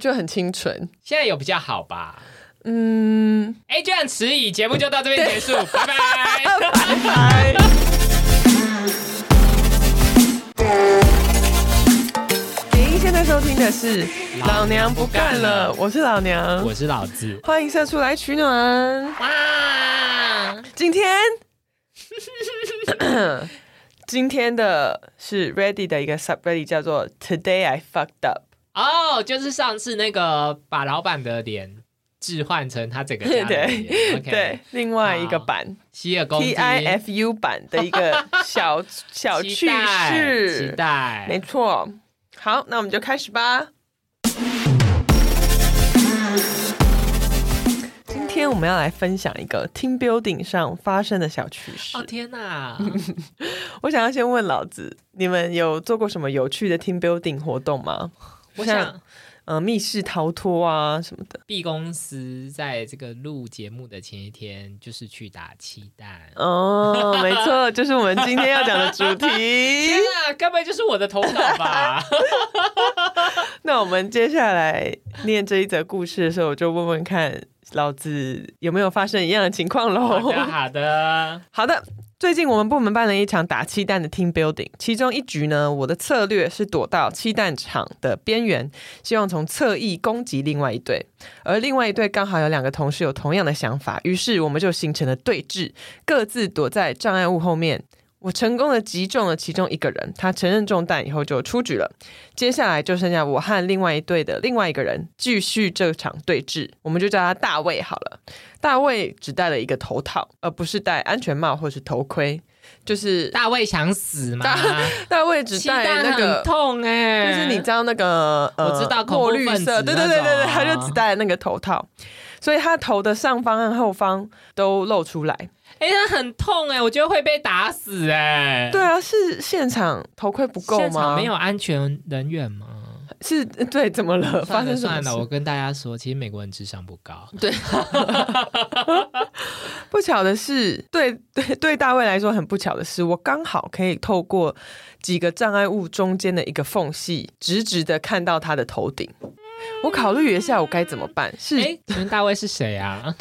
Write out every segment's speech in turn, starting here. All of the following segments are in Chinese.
就很清纯。现在有比较好吧？嗯，哎，这样迟疑，节目就到这边结束，拜拜。 您现在收听的是《老娘不干了》，我是老娘，我是老子，欢迎社畜来取暖。哇，今天，今天的是 Ready 的一个 sub Ready 叫做 Today I fucked up。 哦，就是上次那个把老板的脸置换成他整个 家的脸，OK，对，，另外一个版洗耳恭 T 听， I F U 版的一个 小小期趣待事期，待，没错。好，那我们就开始吧。今天我们要来分享一个 team building 上发生的小趣事。哦 天哪，我想要先问老子，你们有做过什么有趣的 team building 活动吗？我像想呃密室逃脱啊什么的。 B 公司在这个录节目的前一天，就是去打气弹。哦，没错，就是我们今天要讲的主题天。啊，根本就是我的头脑吧！ 那我们接下来念这一则故事的时候，我就问问看老子有没有发生一样的情况好喽。的，好的，好的，最近我们部门办了一场打气弹的 team building，其中一局呢，我的策略是躲到气弹场的边缘，希望从侧翼攻击另外一队，而另外一队刚好有两个同事有同样的想法，于是我们就形成了对峙，各自躲在障碍物后面。我成功的击中了其中一个人，他承认中弹以后就出局了。接下来就剩下我和另外一队的另外一个人继续这场对峙，我们就叫他大卫好了。大卫只戴了一个头套，而不是戴安全帽或是头盔，就是大卫想死吗？大卫只气戴弹那个很。痛哎、就是你知道那个呃，我知道恐怖墨绿分子色，对对那对对对，种啊他就只戴那个头套，所以他头的上方和后方都露出来。哎、他很痛哎、我觉得会被打死哎、对，啊，是现场头盔不够现场吗？没有，安全人员吗？是呃对，怎么了？发算了生什么算事了，？我跟大家说，其实美国人智商不高。不巧的是，对对对，大卫来说很不巧的是，我刚好可以透过几个障碍物中间的一个缝隙，直直的看到他的头顶。我考虑一下，我该怎么办？是哎、请问大卫是谁 啊？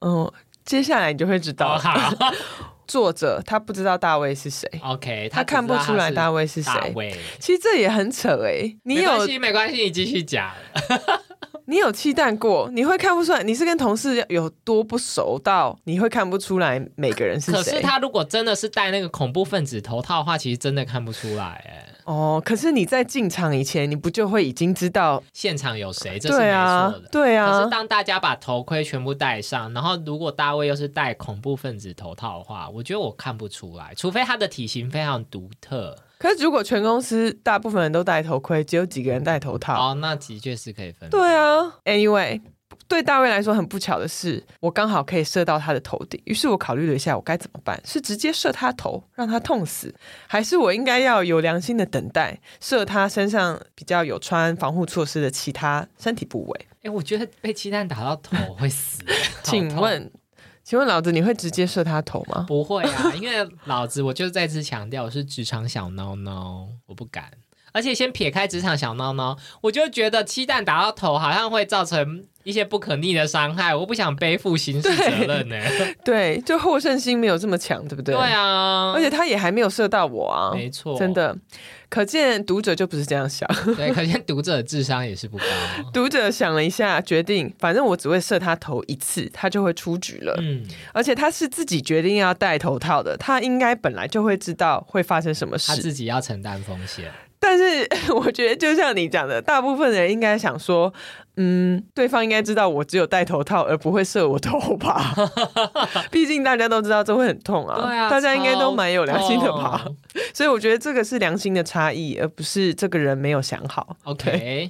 嗯、接下来你就会知道哦了。好作者他不知道大卫是谁， ，OK，他只看不知道出来是大卫是大谁。卫。其实这也很扯哎、你没关有系，没关系，你继续讲。你有期待过，你会看不出来，你是跟同事有多不熟到你会看不出来每个人是可是谁。他如果真的是戴那个恐怖分子头套的话，其实真的看不出来。哎，哦，可是你在进场以前，你不就会已经知道？现场有谁？这是对没啊错的，。对可是啊，当大家把头盔全部戴上，然后如果大卫又是戴恐怖分子头套的话，我觉得我看不出来，除非他的体型非常独特。可是如果全公司大部分人都戴头盔，只有几个人戴头套，哦，那的确是可以分辨。对啊，Anyway，对大卫来说很不巧的是，我刚好可以射到他的头顶。于是我考虑了一下，我该怎么办？是直接射他头，让他痛死，还是我应该要有良心的等待，射他身上比较有穿防护措施的其他身体部位？哎、我觉得被鸡蛋打到头 会死。请好痛问，请问老子，你会直接射他头吗？不会啊，因为老子我就再次强调，我是职场小孬孬，我不敢。而且先撇开职场小孬孬，我就觉得鸡蛋打到头好像会造成一些不可逆的伤害，我不想背负刑事责任呢、对，就后胜心没有这么强，对不对？对。啊，而且他也还没有射到我啊，没错，真的，可见读者就不是这样想。 对，可见读者的智商也是不高。读者想了一下，决定反正我只会射他头一次，他就会出局了。嗯，而且他是自己决定要戴头套的，他应该本来就会知道会发生什么他事。自己要承担风险。但是 我觉得，就像你讲的，大部分人应该想说，嗯，对方应该知道我只有戴头套，而不会射我头 吧？毕竟大家都知道这会很痛啊，对啊，大家应该都超蛮有良心的吧？痛所以我觉得这个是良心的差异，而不是这个人没有想好。 ？OK，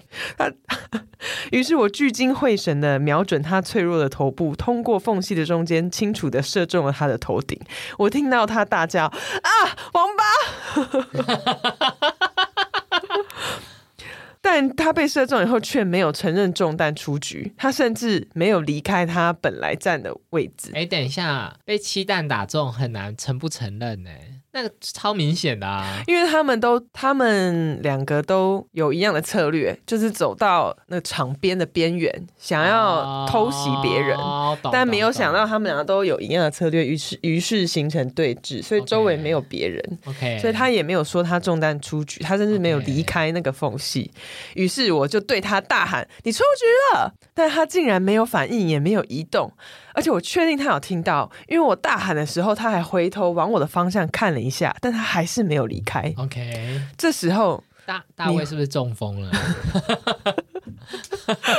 于是我聚精会神的瞄准他脆弱的头部，通过缝隙的中间，清楚的射中了他的头顶。我听到他大叫：“啊，王八！” 但他被射中以后，却没有承认中弹出局，他甚至没有离开他本来站的位置。哎、等一下，被七蛋打中很难承不承认呢、那个超明显的啊。因为他们都，他们两个都有一样的策略，就是走到那场边的边缘，想要偷袭别人，哦懂但没有懂懂想到他们两个都有一样的策略，于是于是形成对峙，所以周围没有别人。 OK，所以他也没有说他中弹出局，他甚至没有离开那个缝隙。于是我就对他大喊：“你出局了！”但他竟然没有反应，也没有移动，而且我确定他有听到，因为我大喊的时候，他还回头往我的方向看了一下，但他还是没有离开。 OK，这时候，大大卫是不是中风了？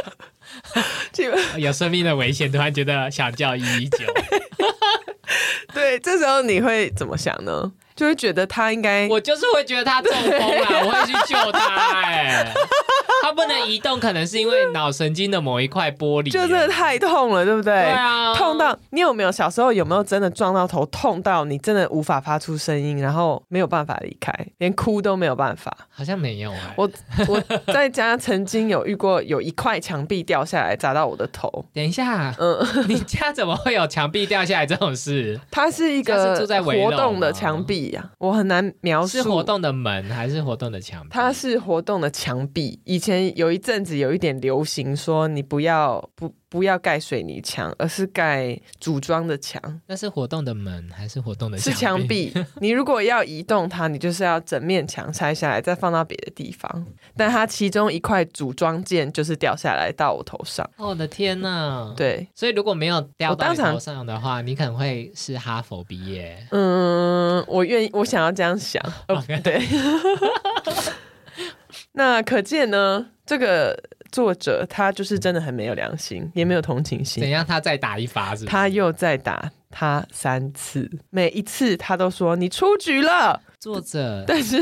这有生命的危险，突然觉得想叫一一九。对，这时候你会怎么想呢？就会觉得他应该我就是会觉得他中风 了，我会去救他、哎，他不能移动，可能是因为脑神经的某一块剥离。就真的太痛了，对不对？对啊，痛到你有没有小时候有没有真的撞到头痛到你真的无法发出声音，然后没有办法离开，连哭都没有办法。 好像没有哎、我我在家曾经有遇过有一块墙壁掉下来砸到我的头，等一下，嗯， 你家怎么会有墙壁掉下来这种事？它是一家个是住在围楼活吗动的墙壁呀、我很难描述是活。动的门还是活动的墙壁？它是活动的墙壁，以前有一阵子有一点流行说你不要不不要盖水泥墙，而是盖组装的墙。那是活动的门还是活动的是墙墙壁？壁。你如果要移动它，你就是要整面墙拆下来，再放到别的地方。但它其中一块组装件就是掉下来到我头上。哦我的天呐！，对，所以如果没有掉我到当你场头上的话，你可能会是哈佛毕业。嗯，我愿意，我想要这样想。呃 OK 对。 那可见呢，这个作者他就是真的很没有良心，也没有同情心怎。样？他再打一发是不是？他又再打他三次，每一次他都说你出局了， 作者，但是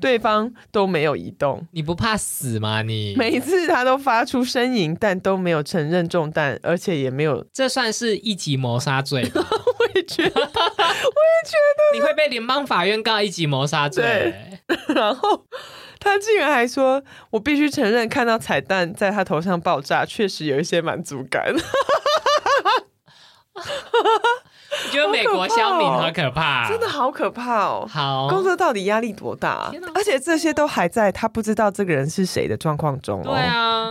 对方都没有移动。你不怕死吗？你每次他都发出呻吟，但都没有承认中弹，而且也没 有。这算是一级谋杀罪 吧？我也觉得，你会被联邦法院告一级谋杀罪、对然后 他竟然还说：“我必须承认，看到彩蛋在他头上爆炸，确实有一些满足感。你觉得美国乡民好 可怕？哦啊真的好可怕哦！好，工作到底压力多大、啊天哪而且这些都还在他不知道这个人是谁的状况中对哦。啊，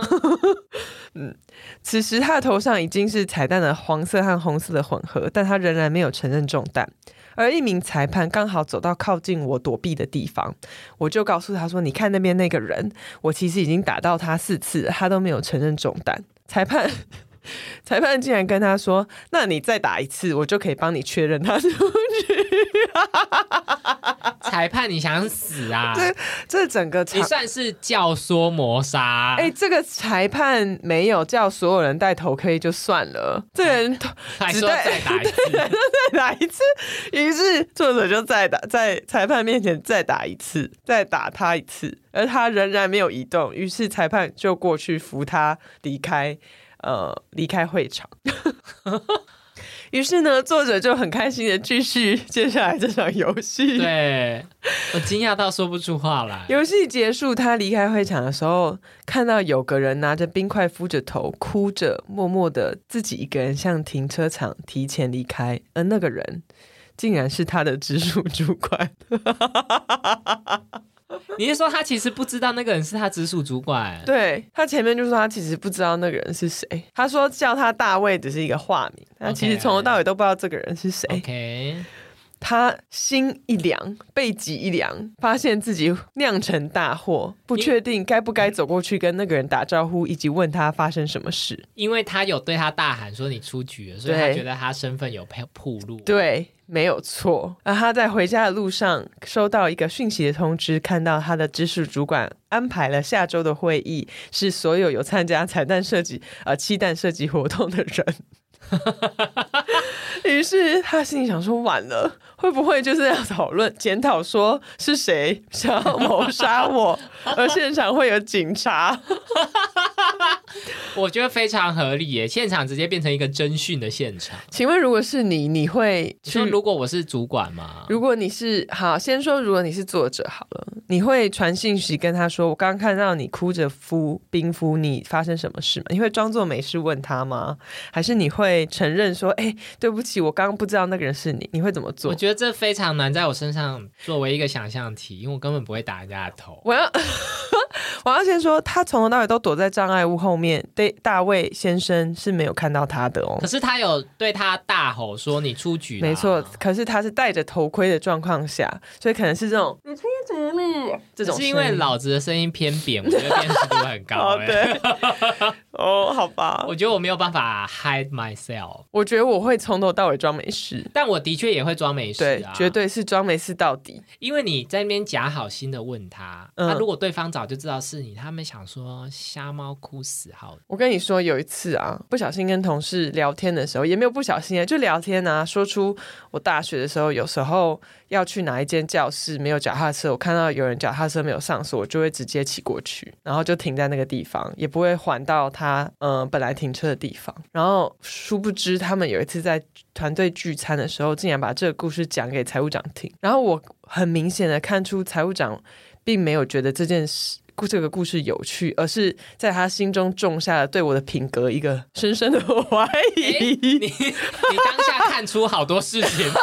此时他的头上已经是彩蛋的黄色和红色的混合，但他仍然没有承认中弹。而一名裁判刚好走到靠近我躲避的地方，我就告诉他说：“你看那边那个人，我其实已经打到他四次了，他都没有承认中弹。”裁判， 裁判竟然跟他说：“那你再打一次，我就可以帮你确认他是不是。裁判你想死啊？”这整个你啊场，算是教唆谋杀？哎、这个裁判没有叫所有人戴头盔就算了，这个人头还只说带再打一次？ 打一次，于是作者就再打，在裁判面前再打一次，再打他一次，而他仍然没有移动，于是裁判就过去扶他离开，呃，离开会场。 于是呢，作者就很开心的继续接下来这场游戏。对，我惊讶到说不出话 来。游戏结束，他离开会场的时候，看到有个人拿着冰块敷着头，哭着，默默的自己一个人向停车场提前离开，而那个人竟然是他的直属主管。你是说他其实不知道那个人是他直属主 管？对他前面就说他其实不知道那个人是谁，他说叫他大卫只是一个化名，他其实 OK 从头到尾都不知道这个人是谁。 ，OK，他心一凉，背脊一凉，发现自己酿成大祸，不你确定该不该走过去跟那个人打招呼，以及问他发生什么事。因为他有对他大喊说你出局了，所以他对觉得他身份有被暴露。对，没有错。而他在回家的路上收到一个讯息的通知，看到他的直属主管安排了下周的会议，是所有有参加彩蛋设计呃期蛋设计活动的人。于是他心里想说：完了，会不会就是要讨论检讨，说是谁想要谋杀我？而现场会有警察，我觉得非常合理耶，现场直接变成一个征训的现场。请问，如果是你，你会你去说？如果我是主管嘛，如果你是好，先说如果你是作者好了，你会传信息跟他说：“我刚刚看到你哭着敷冰敷，你发生什么事吗？”你会装作没事问他吗？还是你会承认说：“哎、对不起，我刚刚不知道那个人是你。”你会怎么我做？觉得这非常难在我身上作为一个想象题，因为我根本不会打人家的头。我要 我要先说，他从头到尾都躲在障碍物后面。对，大卫先生是没有看到他的哦可。是他有对他大吼说：“你出局啦！”没错，可是啊他是戴着头盔的状况下，所以可能是这种你出局了这可种声音，是因为老子的声音偏扁，我觉得辨识度 很高、哦欸。对 哦好吧，我觉得我没有办法 hide myself，我觉得我会从头到尾装没事，但我的确也会装没事对啊，，绝。对是装没事到底。因为你在那边假好心的问他，那、嗯如果对方早就知道是你，他们想说瞎猫哭死耗子。我跟你说，有一次啊，不小心跟同事聊天的时候，也没有不小心啊，就聊天啊，说出我大学的时候，有时候要去哪一间教室没有脚踏车，我看到有人脚踏车没有上锁，我就会直接骑过去，然后就停在那个地方，也不会还到他嗯、呃本来停车的地方。然后殊不知，他们有一次在团队聚餐的时候，竟然把这个故事讲给财务长听，然后我很明显的看出财务长并没有觉得这件事。故这个故事有趣，而是在他心中种下了对我的品格一个深深的 怀疑。你 你当下看出好多事情 吗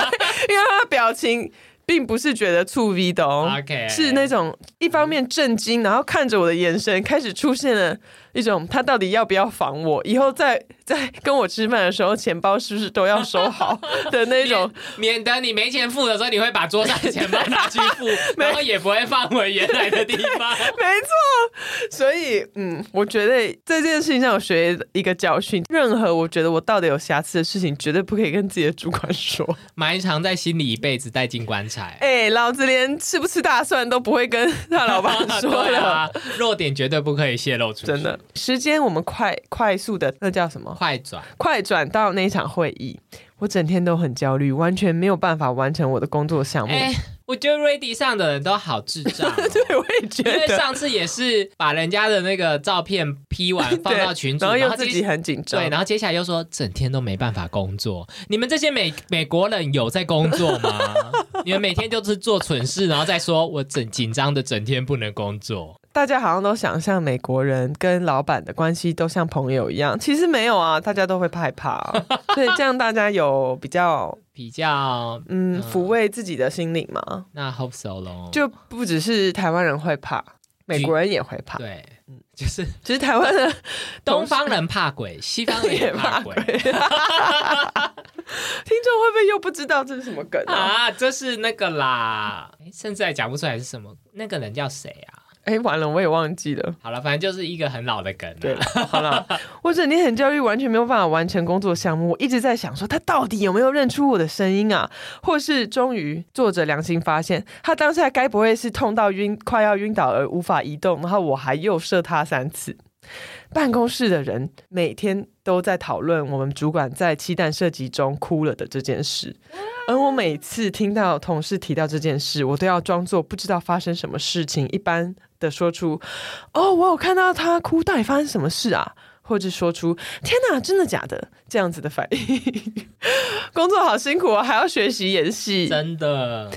因为他的表情并不是觉得触 V 的哦，OK，是那种一方面震惊，然后看着我的眼神开始出现了一种他到底要不要防我，以后再再跟我吃饭的时候，钱包是不是都要收 好的那种。免免得你没钱付的时候，你会把桌上的钱包拿去 付，然后也不会放回原来的地方。没错，所以嗯，我觉得这件事情让我学一个教训，任何我觉得我到底有瑕疵的事情，绝对不可以跟自己的主管说。埋藏在心里一辈子，带进棺材。 哎、老子连吃不吃大蒜都不会跟他老板说对的。啊，弱点绝对不可以泄露出 去。真的，时间我们快快速的那叫什么？快转，快转到那一场会议，我整天都很焦虑，完全没有办法完成我的工作项目。哎、我觉得 Ready 上的人都好智障哦、嗯 对， 啊我也觉因 为得，上次也是把人家的那个照片 P 完放到群组，然后然又后自接己很紧张对，。然后接下来又说整天都没办法工作。你们这些美美国人有在工作吗？ 你们每天就是做蠢事，然后再说我整紧张的整天不能工作。大家好像都想象美国人跟老板的关系都像朋友一样，其实没有啊，大家都会害怕、啊 所以这样大家有比较比较嗯嗯抚慰自己的心灵嘛，那 hope so 咯，就不只是台湾人会怕，美国人也会怕，对，就是其实台湾的嗯 东方人怕 鬼，西方人也怕鬼 听众会不会又不知道这是什么梗啊？啊，这是那个啦，诶甚至还讲不出来是什么。那个人叫谁啊？哎、完了，我也忘记了。好了，反正就是一个很老的梗、啊。对了，好了，我整天很焦虑，完全没有办法完成工作项目。我一直在想说，他到底有没有认出我的声音啊？或是终于作者良心发现，他当下该不会是痛到晕、快要晕倒而无法移动，然后我还又射他三次？办公室的人每天都在讨论我们主管在期待射击中哭了的这件事，而我每次听到同事提到这件事，我都要装作不知道发生什么事情，一般的说出哦，我有看到他哭，到底发生什么事啊？或者说出“天哪，真的假的”这样子的反应， 工作好辛苦哦，还要学习演戏。真的，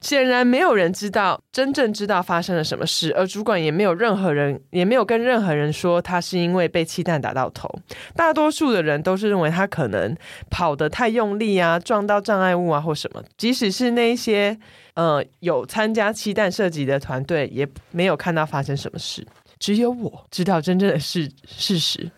显然没有人知道真正知道发生了什么事，而主管也没有任何人也没有跟任何人说他是因为被气弹打到头。大多数的人都是认为他可能跑得太用力啊，撞到障碍物啊或什么。即使是那一些呃有参加气弹射击的团队，也没有看到发生什么事。只有我知道真正的事事实。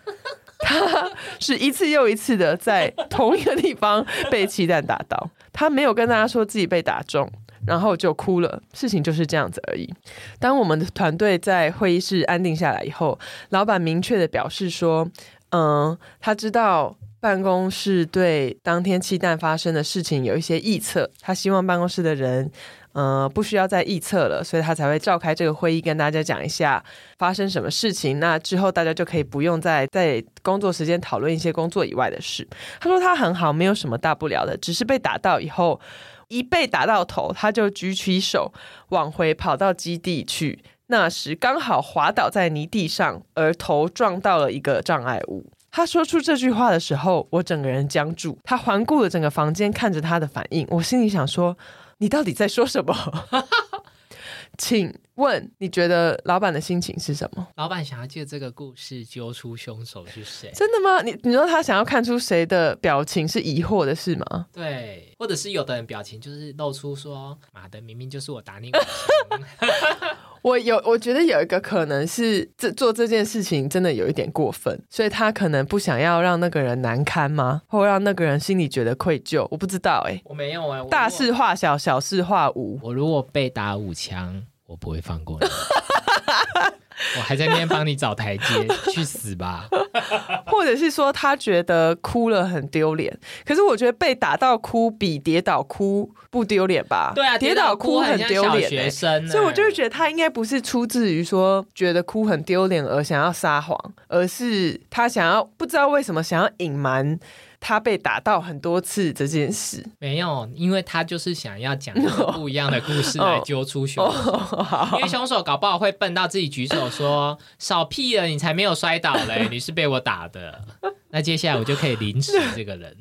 他是一次又一次的在同一个地方被气弹打到，他没有跟大家说自己被打中，然后就哭了。事情就是这样子而已。当我们的团队在会议室安定下来以后，老板明确的表示说，嗯，他知道。办公室对当天气弹发生的事情有一些臆测，他希望办公室的人，呃，不需要再臆测了，所以他才会召开这个会议，跟大家讲一下发生什么事情。那之后大家就可以不用再在工作时间讨论一些工作以外的事。他说他很好，没有什么大不了的，只是被打到以后一被打到头，他就举起手往回跑到基地去，那时刚好滑倒在泥地上，而头撞到了一个障碍物。他说出这句话的时候，我整个人僵住。他环顾了整个房间，看着他的反应，我心里想说：“你到底在说什么？” 请问你觉得老板的心情是什么？老板想要借这个故事揪出凶手是谁？真的吗？你你说他想要看出谁的表情是疑惑的，是吗？对，或者是有的人表情就是露出说“妈的，明明就是我打你五星我有，我觉得有一个可能是这做这件事情真的有一点过分，所以他可能不想要让那个人难堪吗？或让那个人心里觉得愧疚？我不知道哎、”， 我没有哎、我如果大事化小，小事化无。我如果被打五枪，我不会放过 你。我还在那边帮你找台阶，去死 吧！或者是说他觉得哭了很丢脸，可是我觉得被打到哭比跌倒哭不丢脸吧？对啊，跌倒哭哭很像丢小脸、学欸。生、欸，所以我就会觉得他应该不是出自于说觉得哭很丢脸而想要撒谎，而是他想要不知道为什么想要隐瞒他被打到很多次这件事。没有，因为他就是想要讲一个不一样的故事 来揪出凶手。因为凶手搞哦不好会笨到自己举手说：“少屁了，你才没有摔倒嘞，你是被我打的。”那接下来我就可以凌迟这个人。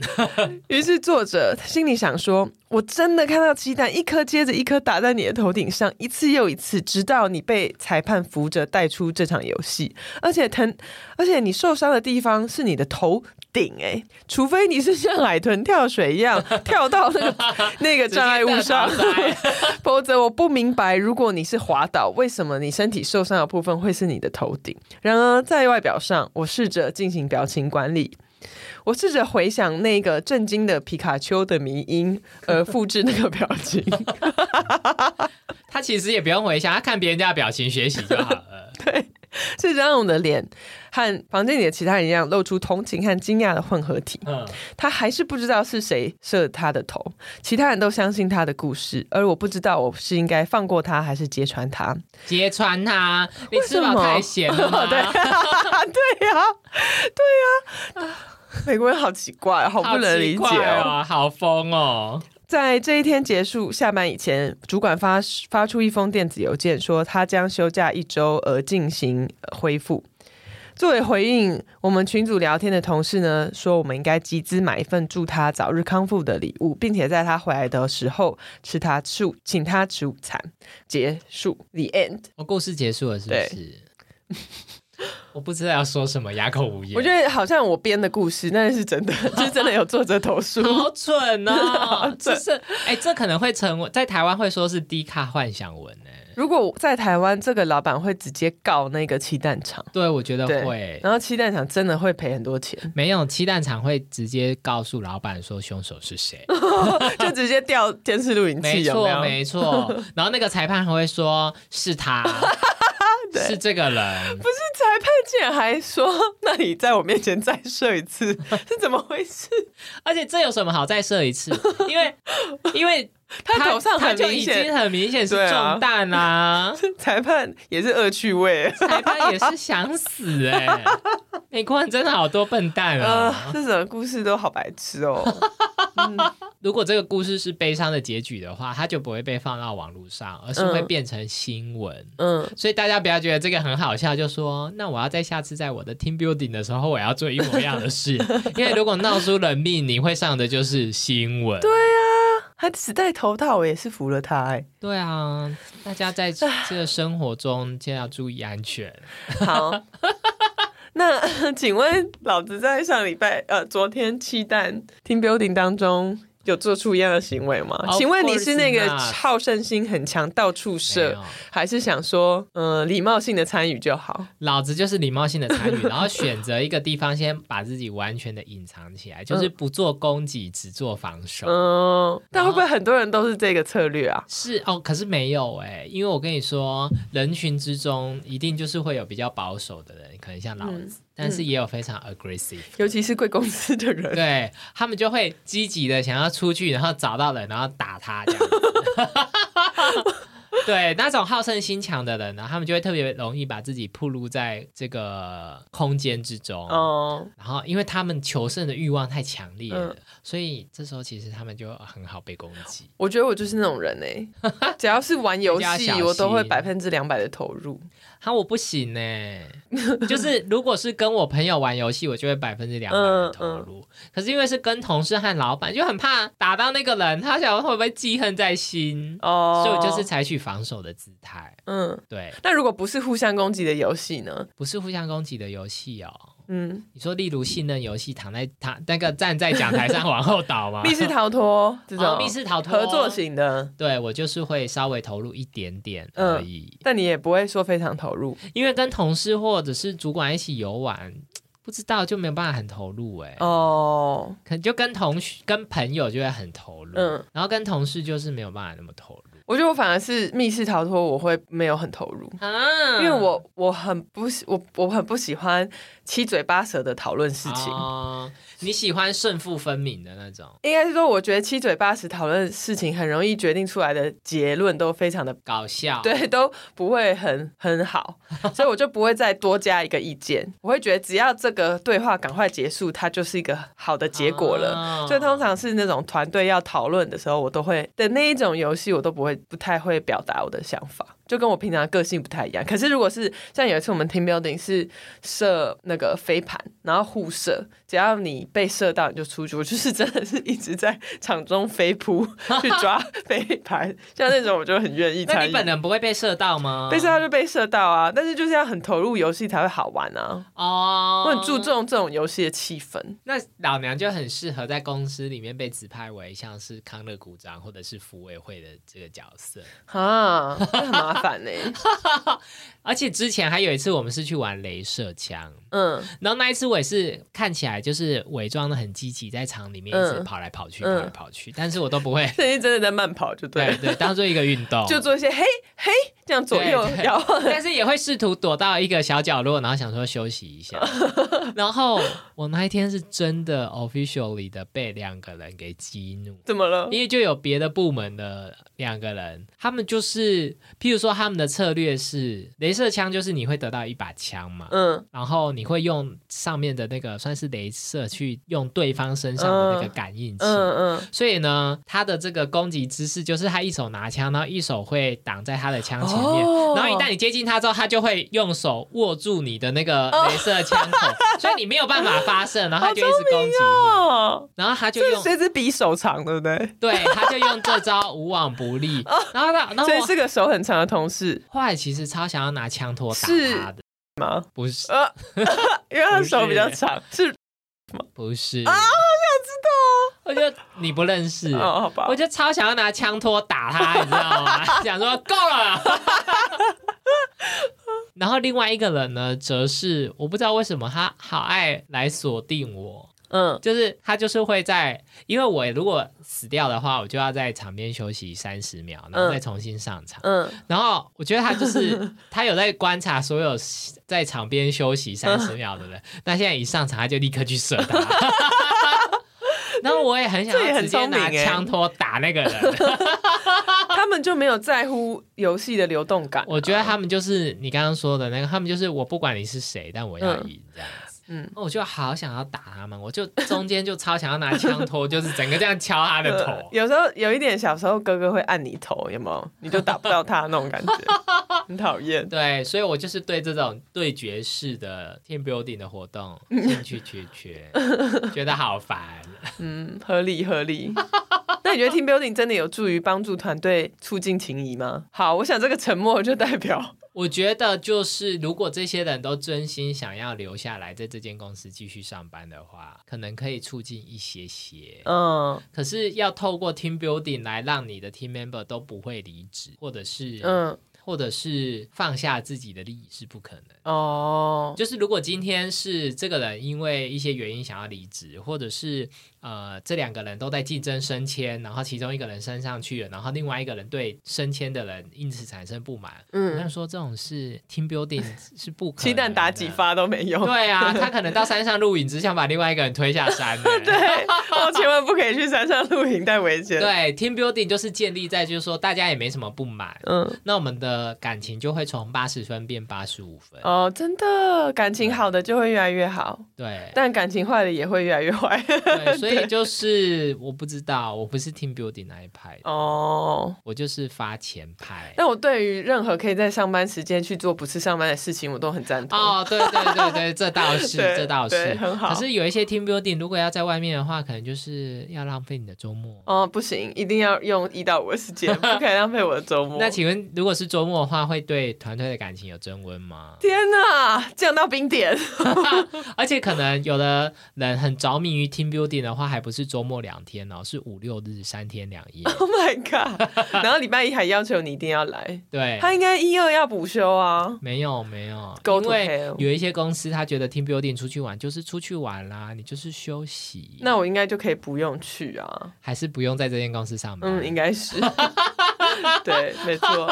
于是作者心里想说：“我真的看到鸡蛋一颗接着一颗打在你的头顶上，一次又一次，直到你被裁判扶着带出这场游戏。而且疼，而且你受伤的地方是你的头顶，哎，除非你是像海豚跳水一样跳到那 个那个障碍物上直接大脑，否则我不明白，如果你是滑倒，为什么你身体受伤的部分会是你的头顶？然而在外表上，我试着进行表情管理，我试着回想那个震惊的皮卡丘的迷音，而复制那个表情。 他其实也不用回想，他看别人家的表情学习就好了。试着让我的脸和房间里的其他人一样，露出同情和惊讶的混合体。 嗯，他还是不知道是谁射他的头，其他人都相信他的故事，而我不知道我是应该放过他还是揭穿他。揭穿他，你吃饱太闲了 吗？哦对，对呀、对呀、美国人好奇怪，好不能理解好奇怪哦。哦，好疯哦。在这一天结束下班以前，主管发发出一封电子邮件，说他将休假一周而进行呃恢复。作为回应，我们群组聊天的同事呢说，我们应该集资买一份祝他早日康复的礼物，并且在他回来的时候吃他吃午，请他吃午餐。结束，the end。我哦故事结束了，是不是？ 我不知道要说什么，哑口无言。我觉得好像我编的故事，那是真的， 就是真的有作者投 诉。好蠢 哦！ 蠢这是哎、这可能会成为在台湾会说是低卡幻想文呢、如果在台湾，这个老板会直接告那个鸡蛋厂，对，我觉得对会，然后鸡蛋厂真的会赔很多钱。 没有鸡蛋厂会直接告诉老板说凶手是谁。就直接调监视录影器，没有错，没有？没错。然后那个裁判还会说 是他，是这个人。裁判竟然还说：“那你在我面前再射一次， 是怎么回事 而且这有什么好再射一次？因为因为？”他头上他很就明已显，经很明显是对啊中弹啦、 裁判也是恶趣味。裁判也是想死哎、美国人真的好多笨蛋呃啊！，这种故事都好白痴哦。如果这个故事是悲伤的结局的话，它就不会被放到网络上，而是会变成新闻。嗯，所以大家不要觉得这个很好笑，就说那我要在下次在我的 team building 的时候，我要做一模一样的事， 因为如果闹出人命，你会上的就是新闻。对他只戴头套，我也是服了他、哎。对啊，大家在这个生活中就要注意安全。 好，那 请问老子在上礼拜呃，昨天七蛋 team building 当中。有做出一样的行为吗 Of 请问你是那个 course not 好胜心很强、到处没射有，还是想说，嗯、礼貌性的参与就好。老子就是礼貌性的参与，然后选择一个地方先把自己完全的隐藏起来，就是不做攻击，只做防守。嗯，但会不会很多人都是这个策略啊？是哦，可是没有哎、因为我跟你说，人群之中一定就是会有比较保守的人，可能像老嗯子，但是也有非常 aggressive，、尤其是贵公司的人，对他们就会积极的想要出去，然后找到人，然后打他这样子。 对那种好胜心强的人呢，他们就会特别容易把自己暴露在这个空间之 中。哦，然后，因为他们求胜的欲望太强烈了，嗯所以这时候其实他们就很好被攻击。我觉得我就是那种人 哎、只要是玩游人家戏要小，心我都会百分之两百的投入。哈，我不行呢、就是如果是跟我朋友玩游戏，我就会百分之两百嗯投入。可是因为是跟同事和老板，就很怕打到那个人，他想会不会记恨在心，哦，所以我就是采取防守的姿态。嗯。对，那如果不是互相攻击的游戏呢？不是互相攻击的游戏哦。嗯，你说，例如信任游戏，躺在躺那个站在讲台上往后倒吗？ 密室逃脱这种哦，密室逃脱合作。型的，对我就是会稍微投入一点点嗯而已，但你也不会说非常投入因为跟同事或者是主管一起游玩，不知道就没有办法很投入哎、哦。可能就跟同学、跟朋友就会很投入，嗯然后跟同事就是没有办法那么投入我觉得我反而是密室逃脱，我会没有很投入，啊因为我我很不喜我我很不喜欢七嘴八舌的讨论事情。哦你喜欢胜负分明的那种应该是说，我觉得七嘴八舌讨论事情，很容易决定出来的结论都非常的搞笑，，对，都不会很很 好，所以我就不会再多加一个意见。我会觉得只要这个对话赶快结束，它就是一个好的结果了。哦所以通常是那种团队要讨论的时候，我都会的那一种游戏，我都不会不太会表达我的想法，就跟我平常的个性不太一样。可是如果是像有一次我们 team building 是射那个飞盘，然后互射，只要你被射到你就出局，我就是真的是一直在场中飞扑去抓飞盘，像那种我就很愿意那参你与。本人不会被射到吗？被射到就被射到啊，但是就是要很投入游戏才会好玩啊。哦，我很注。重这种游戏的气氛。那老娘就很适合在公司里面被指派为像是康乐股长或者是服委会的这个角色。啊，这很麻烦欸呢、而且之前还有一次，我们是去玩镭射枪，嗯然后那一次我也是看起来就是伪装的很积极，在场里面一直嗯跑来跑去，嗯跑来跑去，但是我都 ，不会这是真的在慢跑，就对对了，对，当做一个运动，就做一些嘿嘿这样左右对对摇 晃。但是也会试图躲到一个小角落，然后想说休息 一下。然后我那一天是真的 officially 的被两个人给激怒。怎么了？因为就有别的部门的两个人，他们就是，譬如说他们的策略是，镭射枪就是你会得到一把枪嘛，嗯然后你会用上面的那个算是镭射去用对方身上的那个感应器。嗯嗯，所以呢，他的这个攻击姿势就是他一手拿枪，然后一手会挡在他的枪前面，哦然后一旦你接近他之后，他就会用手握住你的那个镭射枪口， 所以你没有办法发射，然后他就一直攻击你，哦，然后他就这用谁只比手长，对不对？对，他就用这招无往不利，然后他，然后哦所以哦我是个手很长的同事后来其实超想要拿枪托打是他的，吗？不是 呃，因为他手比较长，是不是啊，我想知道，我就你不认识，哦，好吧我。就超想要拿枪托打 他，你知道吗？想说够 了。然后另外一个人呢，则是我不知道为什么他好爱来锁定我，嗯就是他就是会在，因为我如果死掉的话，我就要在场边休息三十秒，然后再重新上场。 嗯然后我觉得他就是 他有在观察所有在场边休息三十秒的人，那现在一上场他就立刻去射他。 然后我也很想这也要很直接拿聪明欸枪托打那 个人，他们就没有在乎游戏的流动感啊、我觉得他们就是你刚刚说的那个，他们就是我不管你是谁，但我要赢这样子。哦嗯我就好想要打他们，我就中间就超想要拿枪托，就是整个这样敲他的呃 头。有时候有一点，小时候哥哥会按你头，有没有？你就打不到他那种 感觉，很讨厌。对，所以我就是对这种对决式的 team building 的活动兴趣缺缺，觉得好烦。嗯，合理合理。 那你觉得 team building 真的有助于帮助团队促进情谊吗？好，我想这个沉默就代表，我觉得就是，如果这些人都真心想要留下来在这间公司继续上班的话，可能可以促进一些些。 嗯可是要透过 team building 来让你的 team member 都不会离职，或者是嗯，或者是放下自己的利益是不可能。哦，就是如果今天是这个人因为一些原因想要离职，或者是呃这两个人都在竞争升迁，然后其中一个人升上去了，然后另外一个人对升迁的人因此产生不满，我嗯想，说这种事 team building 是不可能的鸡蛋打几。发都没用。对啊，他可能到山上露营，只想把另外一个人推下山、欸。 对，哦，千万不可以去山上露营，太危险。，对，team building 就是建立在就是说大家也没什么不满，嗯，那我们的感情就会从八十分变八十五分。哦，真的，感情好的就会越来越好， 对，但感情坏的也会越来越坏。 对，所以就是我不知道，我不是 team building 那一派的，哦，我就是发钱派。但我对于任何可以在上班时间去做不是上班的事情，我都很赞同。哦，对对对对，这倒是， 对这倒对是。很好可是有一些 team building，如果要在外面的话，可能就是要浪费你的周末。哦，不行，一定要用一到五的时 间，不可以浪费我的周末。那请问，如果是周末的话，会对团队的感情有增温吗？天哪，降到冰点。而且可能有的人很着迷于 team building 的话，还不是周末两天哦，是五六日三天两 夜。 Oh my god！然后礼拜一还要求你一定要来， 对，他应该一二要补休啊。没有没有， Go 因 to 为 hell 有一些公司他觉得 team building 出去玩就是出去玩啦，你就是休息，那我应该就可以不用去啊。还是不用在这间公司上班。嗯，应该是。 对，没错。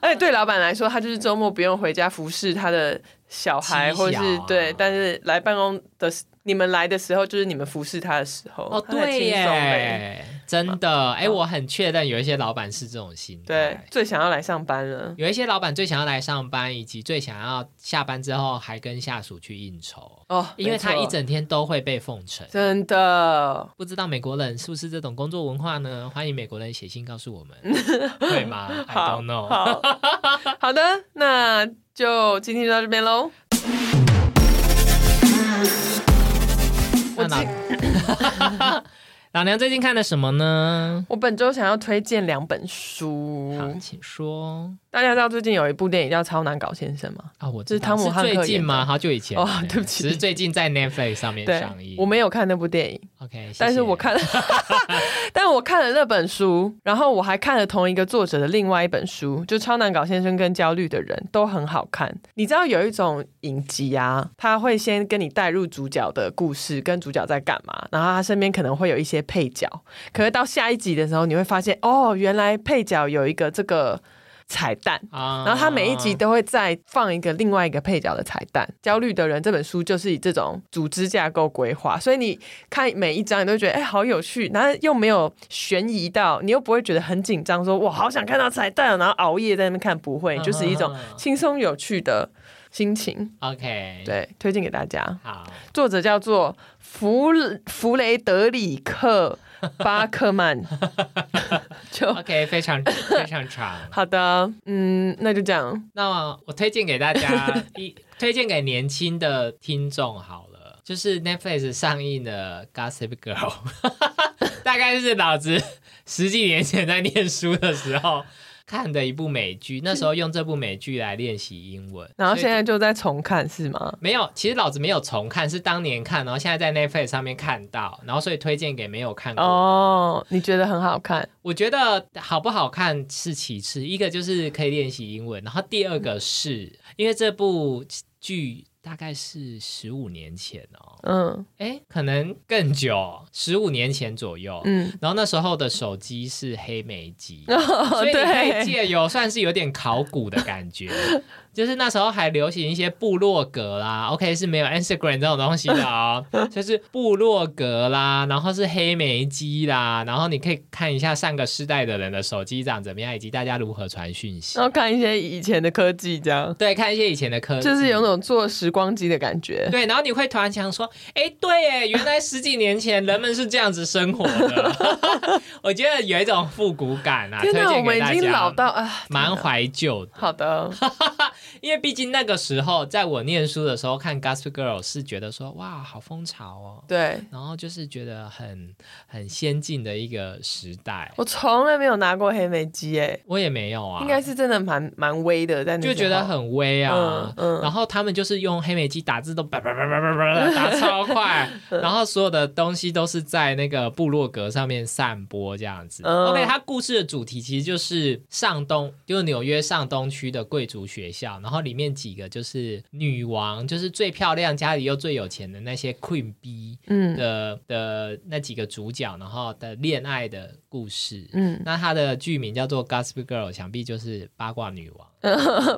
而且对老板来说，他就是周末不用回家服侍他的小孩，妻小或啊者是对，但是来办公的时你们来的时候，就是你们服侍他的时候，哦，他很对轻松嘞。耶，真的，哎、我很确认有一些老板是这种心对态。，最想要来上班了。有一些老板最想要来上班，以及最想要下班之后还跟下属去应酬，哦，因为他没错一整天都会被奉承。真的，不知道美国人是不是这种工作文化呢？欢迎美国人写信告诉我们， 会吗？I 好 don't know。好好的，那就今天就到这边喽。我那今老 老娘最近看了什么呢？我本周想要推荐两本书，好，请说。大家知道最近有一部电影叫《超难搞先生》吗？啊、我这是知道汤姆汉克是最近演吗？的好久以前哦了对不起只是最近在 Netflix 上面对上映。，我没有看那部电影， OK，谢谢但是我看了， 但我看了那本书，然后我还看了同一个作者的另外一本书，就《超难搞先生》跟《焦虑的人》都很好看。你知道有一种影集啊，他会先跟你带入主角的故事，跟主角在干嘛，然后他身边可能会有一些配角，可是到下一集的时候，你会发现哦，原来配角有一个这个彩蛋。啊然后他每一集都会再放一个另外一个配角的彩蛋。《焦虑的人》这本书就是以这种组织架构规划，所以你看每一章，你都会觉得哎、好有趣，然后又没有悬疑到，你又不会觉得很紧张，说哇好想看到彩蛋哦，然后熬夜在那边看，不会，就是一 种嗯嗯嗯轻松有趣的心情。 OK，，对，推荐给大家。好，作者叫做弗弗雷德里克巴克 曼。就 OK，非常非常长。好的，嗯，那就这样。那我推荐给大 家一，推荐给年轻的听众好了，就是 Netflix 上映的《Gossip Girl》，大概是老子十几年前在念书的时候看的一部美剧，那时候用这部美剧来练习英文，然后所以现在就在重看是吗？没有，其实老子没有重看，是当年看，然后现在在 Netflix 上面看到，然后所以推荐给没有看过。哦，你觉得很好看？我觉得好不好看是其次，一个就是可以练习英文，然后第二个是因为这部剧大概是十五年前哦，嗯哎，可能更久，十五年前左右。嗯，然后那时候的手机是黑莓机， 哦所以你可以借由算是有点考古的感觉， 就是那时候还流行一些部落格啦，OK 是没有 Instagram 这种东西 的哦，就是部落格啦，然后是黑莓机啦，然后你可以看一下上个世代的人的手机长怎么样，以及大家如何传讯 息然，后看一些以前的科技，这样对，看一些以前的科技，就是有种坐时光机的感觉。对，然后你会突然想说，哎，对耶，原来十几年前人们是这样子生活的， 我觉得有一种复古感啊，推天荐哪，我们给已大经家老到啊，蛮怀旧的，好 的，因为毕竟那个时候，在我念书的时候看《Gossip Girl》是觉得说，哇，好风潮哦，对。然后就是觉得很很先进的一个时代。我从来没有拿过黑莓机，哎，我也没有啊，应该是真的蛮蛮微的，在那就时候觉得很威啊。嗯嗯然后他们就是用黑莓机打字，都叭叭叭叭叭叭打超快块，嗯然后所有的东西都是在那个部落格上面散播这样子。嗯 OK，它故事的主题其实就是上东，就是纽约上东区的贵族学校，然后里面几个就是女王，就是最漂亮、家里又最有钱的那些 Queen B 嗯的的那几个主角，然后的恋爱的故事。嗯，那它的剧名叫做《Gossip Girl》，想必就是八卦女王。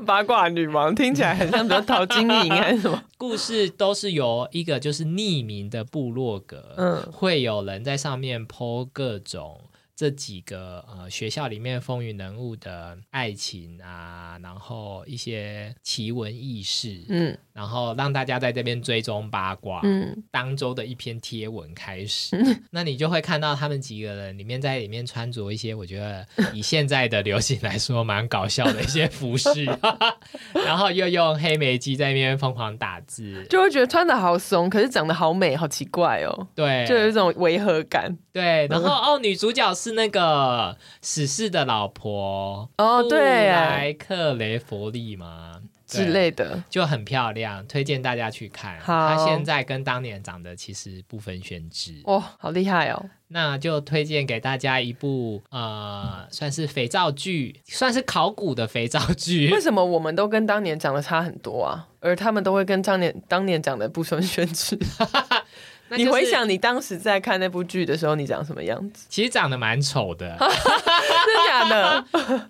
八卦女王听起来很像比较陶晶莹还是什么？故事都是由一个就是匿名的部落格，嗯会有人在上面 PO 各种这几个呃学校里面风云人物的爱情啊，然后一些奇闻异事， 嗯然后让大家在这边追踪八卦。嗯当周的一篇贴文开始，那你就会看到他们几个人里面在里面穿着一些我觉得以现在的流行来说蛮搞笑的一些 服饰，然后又用黑莓机在那边疯狂打字，就会觉得穿的好怂，可是长得好美，好奇怪哦，对，就有嗯一种违和感。对，然后哦，女主角是那个史氏的老婆哦布对耶莱克雷佛利嘛之，类的对。就很漂亮，推荐大家去看。好她现在跟当年长得其实不分轩轾，哇、好厉害哦！那就推荐给大家一部呃，算是肥皂剧，算是考古的肥皂剧为。什么我们都跟当年长得差很多啊？而他们都会跟当年当年长得不分轩轾。 那你就是回，想你当时在看那部剧的时候，你长什么样 子？其实长得蛮丑的。 真的假的？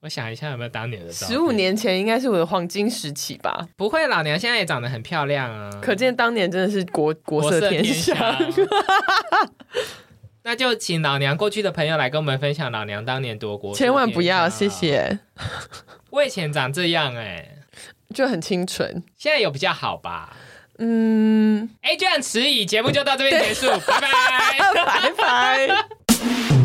我想一下有没有当年的照片十五，年前应该是我的黄金时期吧，不会老娘现在也长得很漂亮啊。可见当年真的是国嗯国色天香。 那就请老娘过去的朋友来跟我们分享老娘当年多国，千万不要，谢。谢，我以啊前长这样哎、就很清纯。现在有比较好吧？嗯，哎，就很迟疑，节目就到这边结束，拜拜。拜拜。